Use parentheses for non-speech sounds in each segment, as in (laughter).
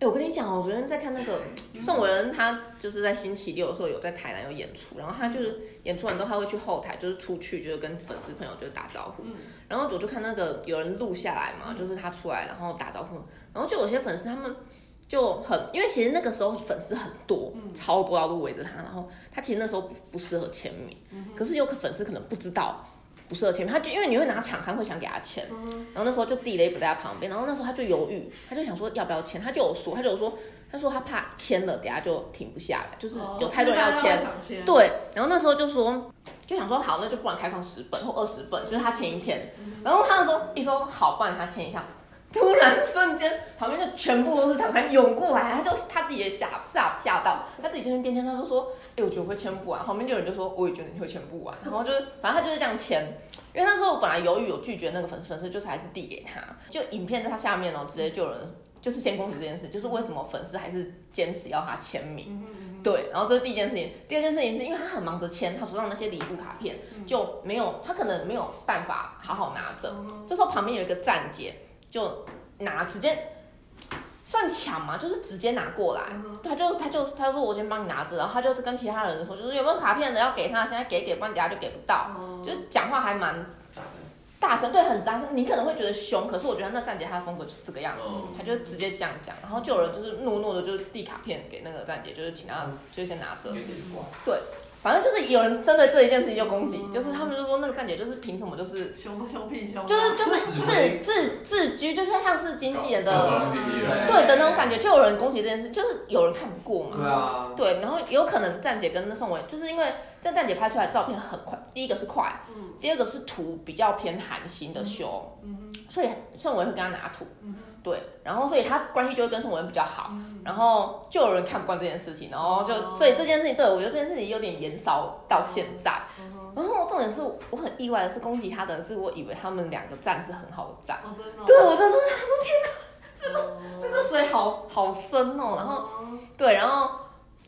哎、我跟你讲哦，我昨天在看那个宋伟恩，他就是在星期六的时候有在台南有演出，然后他就是演出完之后他会去后台，就是出去就是跟粉丝朋友就是打招呼，然后我就看那个有人录下来嘛，就是他出来然后打招呼，然后就有些粉丝他们就很，因为其实那个时候粉丝很多，超多，然后都围着他，然后他其实那时候不不适合签名，可是有个粉丝可能不知道。不适合签名，他就因为你会拿场刊会想给他签，然后那时候就地雷不在他旁边，然后那时候他就犹豫，他就想说要不要签，他就有说，他就有说，他说他怕签了，等下就停不下来，就是哦有太多人要签，签，对，然后那时候就说，就想说好，那就不然开放十本或二十本，就是他前一天。然后他那时候一说好，不然他签一下。突然瞬间，旁边就全部都是场刊涌过来，他就他自己也吓吓吓到，他自己这边边签，他就说：“哎、我觉得我会签不完。”旁边就有人就说：“我也觉得你会签不完。”然后就是，反正他就是这样签。因为那时候我本来犹豫有拒绝那个粉丝，粉丝就是还是递给他，就影片在他下面哦，直接就有人就是签公司这件事，就是为什么粉丝还是坚持要他签名。对，然后这是第一件事情。第二件事情是因为他很忙着签他手上那些礼物卡片，就没有他可能没有办法好好拿着。这时候旁边有一个站姐就拿直接算抢嘛，就是直接拿过来。他就他就他说我先帮你拿着，然后他就跟其他人说，就是有没有卡片的要给他，现在给给，不然等下就给不到。嗯就是讲话还蛮大声大声，对，很大声。你可能会觉得凶，可是我觉得那站姐她的风格就是这个样子，哦她就直接这样讲，然后就有人就是怒怒的，就是递卡片给那个站姐，就是请她就是先拿着有。点怪，反正就是有人针对这一件事情就攻嗯击，就是他们就说那个站姐就是凭什么就是凶凶屁凶，就是就是自自为自自居，就是像是经纪人嗯搞的搞经纪对人对的那种感觉，就有人攻击这件事，就是有人看不过嘛。对啊，对，然后有可能站姐跟那宋伟，就是因为这站姐拍出来的照片很快，第一个是快，嗯第二个是图比较偏韩星的修，嗯所以宋文会跟他拿图，嗯对，然后所以他关系就会跟宋文比较好，嗯，然后就有人看不惯这件事情，然后就、哦所以这件事情对我觉得这件事情有点延烧到现在，哦然后重点是我很意外的是攻击他的人是我以为他们两个站是很好的站，真的，对我真是这个这个水好好深哦，然后后对，然后，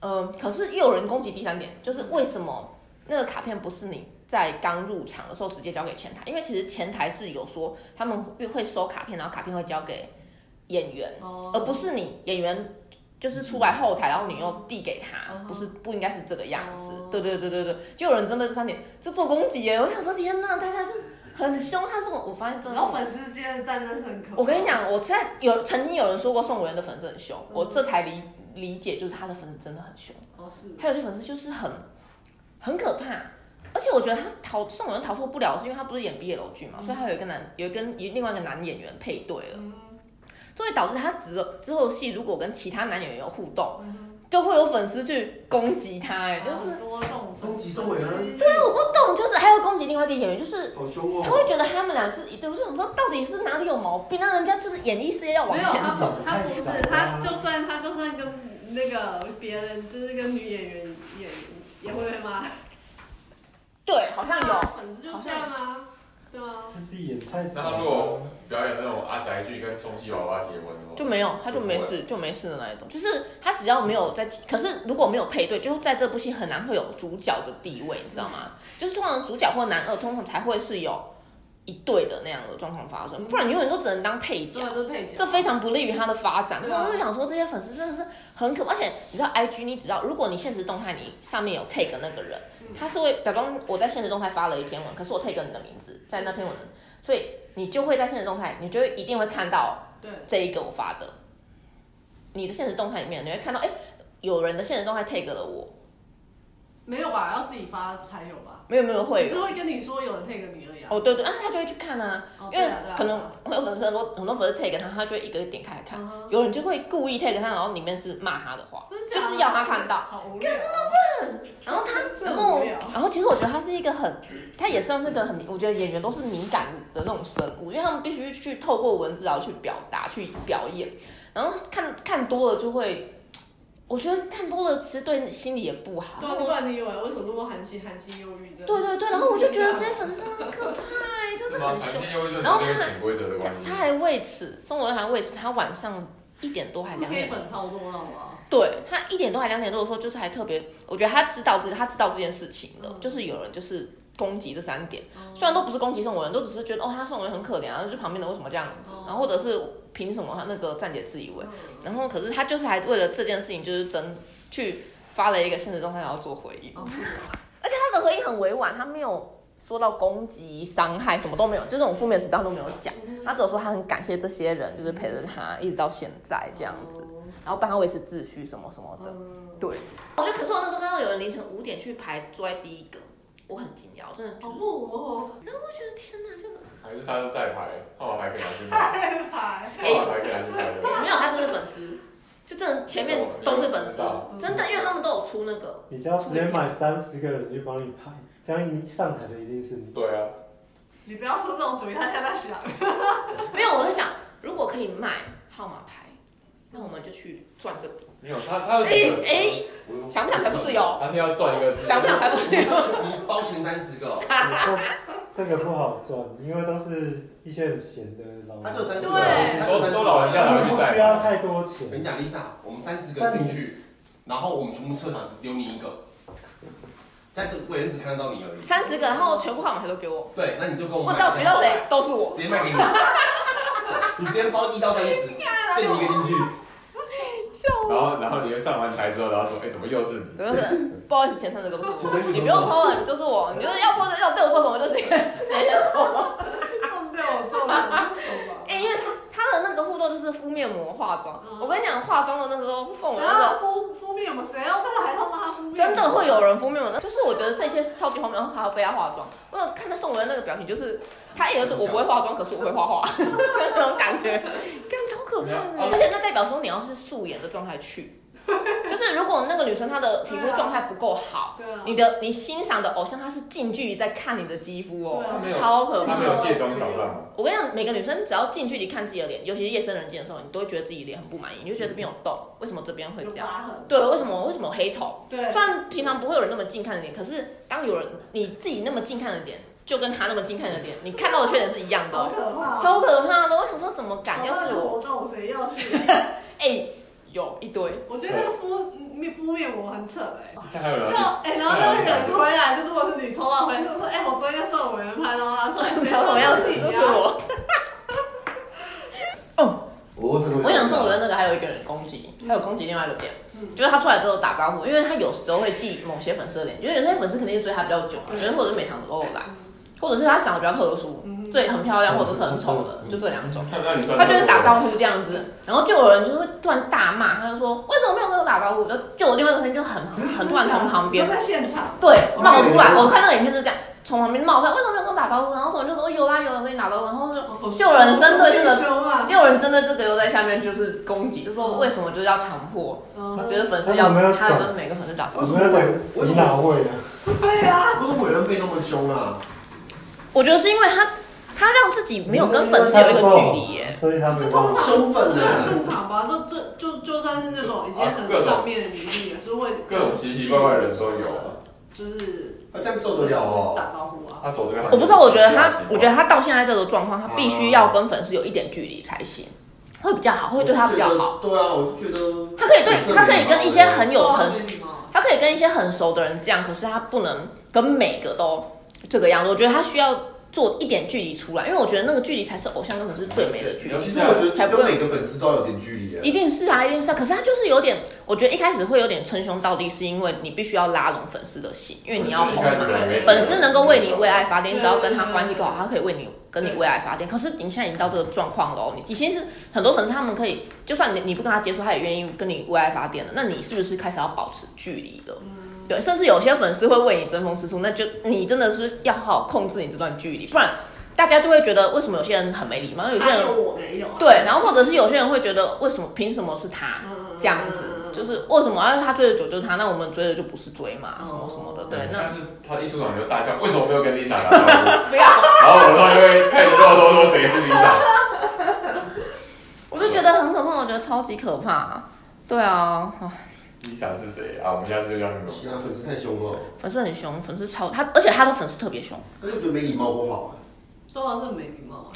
嗯，可是又有人攻击第三点，就是为什么那个卡片不是你在刚入场的时候直接交给前台？因为其实前台是有说他们会收卡片，然后卡片会交给演员，而而不是你演员就是出来后台，然后你又递给他嗯，不是不应该是这个样子哦。对对对对对，就有人针对这三点就做攻击耶！我想说，天呐，大家是很凶，他是我我发现真然的是后粉丝间的战争是很可怕，我跟你讲，我在有曾经有人说过宋文的粉丝很凶，嗯我这才理理解，就是他的粉丝真的很凶。哦是，还有些粉丝就是很很可怕，而且我觉得他逃宋文逃脱不了，是因为他不是演 BL 剧嘛，嗯所以他有一个男有一跟另外一个男演员配对了，嗯这会导致他之后之后戏如果跟其他男演员有互动，嗯，就会有粉丝去攻击他、哎，就是很多这种粉丝攻击周围人对我不懂，就是还有攻击另外一个演员，就是。好凶他哦。会觉得他们俩是一对，我就想说到底是哪里有毛病，让人家就是演艺事业要往没有，前他走。不，他不是，他就算他就算跟那个别人，就是跟女演员演，也会被骂。对，好像有。粉丝就是这样啊，对吗？就是演太那他如果表演那种阿宅剧跟充气娃娃结婚哦，就没有，他就没事，就没事的那一种。就是他只要没有在，可是如果没有配对，就在这部戏很难会有主角的地位，你知道吗？就是通常主角或男二，通常才会是有一对的那样的状况发生，不然你永远都只能当配角啊这。个就是配角，这非常不利于他的发展。对啊我就想说，这些粉丝真的是很可怕，而且你知道，IG 你只要如果你现实动态你上面有 take 那个人嗯，他是会假装我在现实动态发了一篇文，可是我 take 你的名字在那篇文，所以你就会在现实动态，你就会一定会看到对，这一个我发的，你的现实动态里面，你会看到，哎、有人的现实动态 tag 了我，没有吧？要自己发才有吧？没有没有会只有，是会跟你说有人配个你而已啊。哦对对，啊他就会去看啊，哦，因对为啊，对啊。可能会有粉丝很多很多粉丝 tag 他，他就会一个一个点开来看，嗯哼有人就会故意 tag 他，然后里面是骂他的话，真就假的是要他看到，好无聊，真的然后他这然很无后聊然后其实我觉得他是一个很，他也算是个很敏，我觉得演员都是敏感的那种生物，因为他们必须去透过文字然后去表达去表演，然后看看多了就会。我觉得看多了其实对心理也不好，对啊，不然你以为为什么这么韩系韩系忧郁症？嗯对对对，然后我就觉得这些粉丝真的很可怕、欸，真是的吗？很韩凶。信又是然后他跟潜规则的他关系他，还为此，宋文还为此，他晚上一点多还两黑点，粉超多好不好？对他一点多还两点多的时候，就是还特别，我觉得他知道这他知道这件事情了，嗯就是有人就是攻击这三点。哦嗯虽然都不是攻击宋文，都只是觉得哦，他宋文很可怜啊，就旁边的为什么这样子，哦然后或者是凭什么他那个站姐自以为，嗯然后可是他就是还为了这件事情就是真去发了一个现实动态，然后做回应，哦是啊而且他的回应很委婉，他没有说到攻击、伤害，什么都没有，就这种负面词他都没有讲，他只有说他很感谢这些人，就是陪着他一直到现在这样子，，然后帮他维持秩序什么什么的。嗯，对，我觉得可是我那时候看到有人凌晨五点去排坐在第一个，我很惊讶，我真的觉好得，酷哦，然后我觉得天哪，真的。还是他是代牌，号码牌给他去买，太牌，号码牌给他去买的。没有，他真的粉丝，就真的前面都是粉丝，嗯真的，因为他们都有出那个，你只要直接买三十个人去帮你拍，这样你上台的一定是你。对啊，你不要出这种主意，他现在在想，没有，我在想，如果可以卖号码牌，那我们就去赚这笔，没有他他的哎哎哎想不想财富自由？他是要赚一个想不想财富自由？你包前三十个哦，这这个不好赚，因为都是一些很闲的老他只有人，三十个，对他只都有30个都老人家才他会不去代需要牌。太多我跟钱。你讲，Lisa，我啊们三十个进去，然后我们全部撤场，只丢你一个，在这个人只看得到你而 (laughs) 已。三十个，然后全部号码牌都给我，对，那你就跟我我们到谁到谁都是我，直接卖 (laughs) 给你，你直接包一到三十，啊借你一个进去。笑然后然后你就上完台之后，然后说，哎，怎么又是你？我就是不好意思，前三十个都是我，你不用抽了，你就是我，你就是要不要对我做什么就直接直接说。他们对我做了什么手吧？哎、因为他他的那个互动就是敷面膜化妆，嗯我跟你讲，化妆的那时候凤尾那个然后敷敷面膜，谁要在海上让他敷面膜？真的会有人敷面膜的，就是我觉得这些是超级荒谬，然后还要被他化妆。我有看到宋文的那个表情，就是他也有种我不会化妆，可是我会画 (laughs) 画那种感觉，干超可怕的。而且那代表说你要是素颜的状态去，就是如果那个女生她的皮肤状态不够好，对啊，你的你欣赏的偶像她是近距离在看你的肌肤哦对啊没，有超 (laughs) 可他怕没。有卸妆挑战吗？我跟你讲，每个女生只要近距离看自己的脸，尤其是夜深人静的时候，你都会觉得自己脸很不满意，你就觉得这边有痘，为什么这边会有这样？疤痕，对，为什么为什么我黑头？对，虽然平常不会有人那么近看的脸，可是当有人你自己那么近看的脸，就跟他那么近看的脸，你看到的缺点是一样的好哦，可怕，超可怕的。我想说怎么敢？要是我，活动谁要去？哎、有一堆，我觉得那个敷面敷面膜很扯哎。这还有人笑哎、然后那个人回来，就如果是你冲到回来，就说哎、我昨天送我人拍到他 (laughs) 说哎长什么样啊子你都是呀？我。我我想说，我的那个还有一个人攻击，还有攻击另外一个点，嗯就是他出来之后打招呼，因为他有时候会记某些粉丝的脸，因为有些粉丝肯定是追他比较久嘛，嗯就是或者是每场都有来，或者是他长得比较特殊，嗯最很漂亮或者是很丑的，就这两种。那那你算他就会打招呼这样子，然后就有人就会突然大骂，他就说为什么没有跟我打招呼？就就我另外一个朋友就很很突然从旁边就在现场，对冒出来，我看那个影片就是这样，从旁边冒出来，为什么没有跟我打招呼？然后所有人就说哦有啦有啦，我跟你打招呼，然后就就有人针对这个个，就有人针对这个又在下面就是攻击，就说为什么就是要强迫，嗯觉得粉丝要他们没有他要跟每个粉丝打招呼。我们要讲你哪位啊？对啊，为什么伟人被那么凶啊？我觉得是因为他他让自己没有跟粉丝有一个距离耶，所以他是们通常凶粉这啊很正常吧？就就就就算是那种已经啊很各种上面的女艺，也是会各种奇奇怪怪的人都有啊，就是他这样受得了哦？打招呼啊，他走这个行业，我不知道，我觉得啊他，我觉得他到现在这个状况，他必须要跟粉丝有一点距离才行，会比较好，会对他比较好。。对啊，我就觉得他可以对，他可以跟一些很有很，很礼貌。他可以跟一些很熟的人这样，可是他不能跟每个都这个样子。我觉得他需要做一点距离出来，因为我觉得那个距离才是偶像跟粉丝最美的距离。其实我觉得跟每个粉丝都有点距离耶。一定是啊，一定是啊。可是他就是有点，我觉得一开始会有点称兄道弟，是因为你必须要拉拢粉丝的心，因为你要红嘛。粉丝能够为你为爱发电，你只要跟他关系够好，他可以为你跟你为爱发电。可是你现在已经到这个状况了哦，你已经是很多粉丝他们可以，就算你你不跟他接触，他也愿意跟你为爱发电了。那你是不是开始要保持距离了？对，甚至有些粉丝会为你争风吃醋，那就你真的是要好好控制你这段距离，不然大家就会觉得为什么有些人很没礼貌，有些人哎我没有，对，然后或者是有些人会觉得为什么凭什么是他？嗯这样子，就是为什么要他追的久就是他，那我们追的就不是追嘛，什么什么的，嗯对，那下次他一出场就大叫，为什么没有跟 Lisa 打招呼？不要，然后我妈就会开始跟我说说谁是 Lisa。我就觉得很可怕，我觉得超级可怕。对啊，啊 Lisa 是谁啊？我们下次就叫你们。其他粉丝太凶了，粉丝很凶，粉丝超他，而且他的粉丝特别凶，啊他就觉得没礼貌不好。都是没礼貌。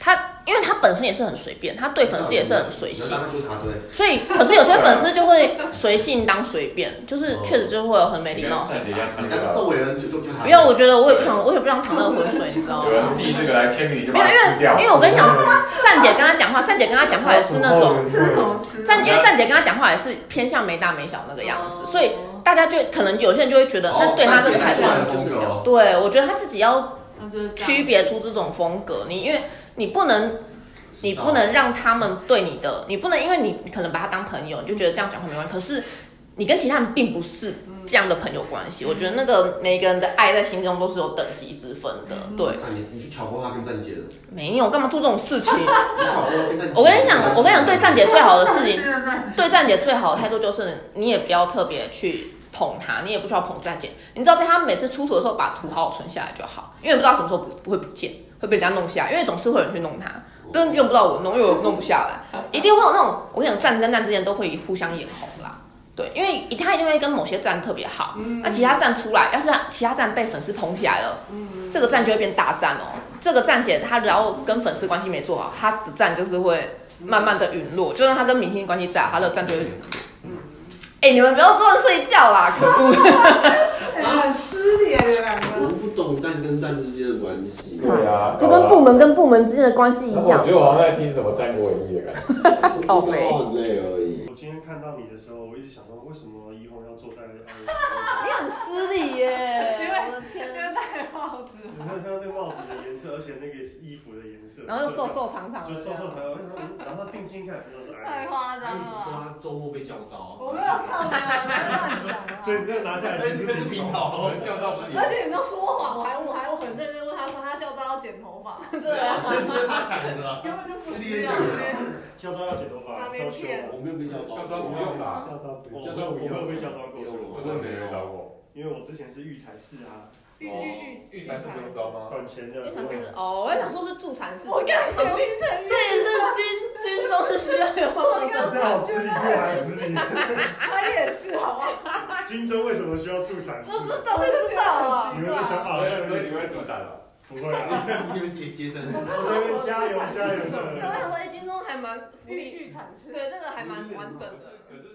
他因为他本身也是很随便，他对粉丝也是很随性，当纠察队，所以可是有些粉丝就会随性当随便，就是确实就会有很没礼貌的暂想停一法。下，看你那当个，受委人就就纠察队。不要，我觉得我也不想，我也不想淌那个浑水，你知道吗 (laughs) 有？人递那个来签名，你就把它吃掉。因为我跟你讲，站姐跟他讲话，站姐跟他讲话也是那种。吃什么吃？站，因为站姐跟他讲话也是偏向没大没小那个样子，所以大家就可能有些人就会觉得，哦那对他这个态度就是这样。对，我觉得他自己要那就是这样区别出这种风格，你因为你不能，你不能让他们对你的，你不能因为你可能把他当朋友，你就觉得这样讲话没关系，可是你跟其他人并不是嗯这样的朋友关系。我觉得那个每个人的爱在心中都是有等级之分的，对，站姐，你去挑拨他跟站姐的，没有干嘛做这种事情。你挑拨他跟站姐。我跟你讲，我跟你讲，对站姐最好的事情是的那是对站姐最好的态度就是，你也不要特别去捧她，你也不需要捧站姐。你知道，在她每次出图的时候，把图好好存下来就好，因为不知道什么时候不不会不见，会被人家弄下来，因为总是会有人去弄她，但是用不到我弄，因为我弄不下来，一定会有那种我跟你讲，站跟站之间都会互相眼红啦。对，因为她一定会跟某些站特别好，那其他站出来，要是其他站被粉丝捧起来了，这个站就会变大站哦。这个站姐她然后跟粉丝关系没做好，她的站就是会慢慢的陨落，就算她跟明星关系再好，她的站就会陨落。哎、你们不要坐着睡觉啦，可恶！哎很失礼啊，你们两我个。不懂站跟站之间的关系。对啊，就跟部门跟部门之间的关系一然后我样觉。得我好像在听什么《三国演义》的感觉。靠背我很累而已。我今天看到你的时候，我一直想说，为什么怡红要坐在呃二你很失礼耶，我的因天！为戴帽子你看像那个帽子的颜色，而且那个衣服的颜色，然后又瘦，瘦长长的就这瘦样，瘦还有，然后定睛看，就是太哎，夸他张一直说了。他周末被叫招， (laughs) 我没有看到，我没有乱讲啊。所以你这个拿下来但其实是这是平头，我们教招不是而且你都说谎，我还我还我很认真问他说他叫他要剪头发，对啊，这是他讲的啊。根本就不自己需也要讲。教到要剪头发，超羞的。我没有被叫教招，招不用啦，教到我没有我没有被 (laughs) 教到过，我真的没遇到过。因为我之前是育才士啊，玉玉玉育才是不用招吗？管钱的 (laughs) 非，常就是哦，我也想说是助产士，我刚肯定成所以是军军中是需要有帮忙生这产好失礼，不还失礼。他也是，好不好？军中为什么需要助产士？早就知道了。你们的想法所好以像有所以点你会助产了？不会啊，你们节节省。我我这边加油加油对，我想说，哎，军中还蛮福玉利，玉产是，对，这个还蛮完整的。可是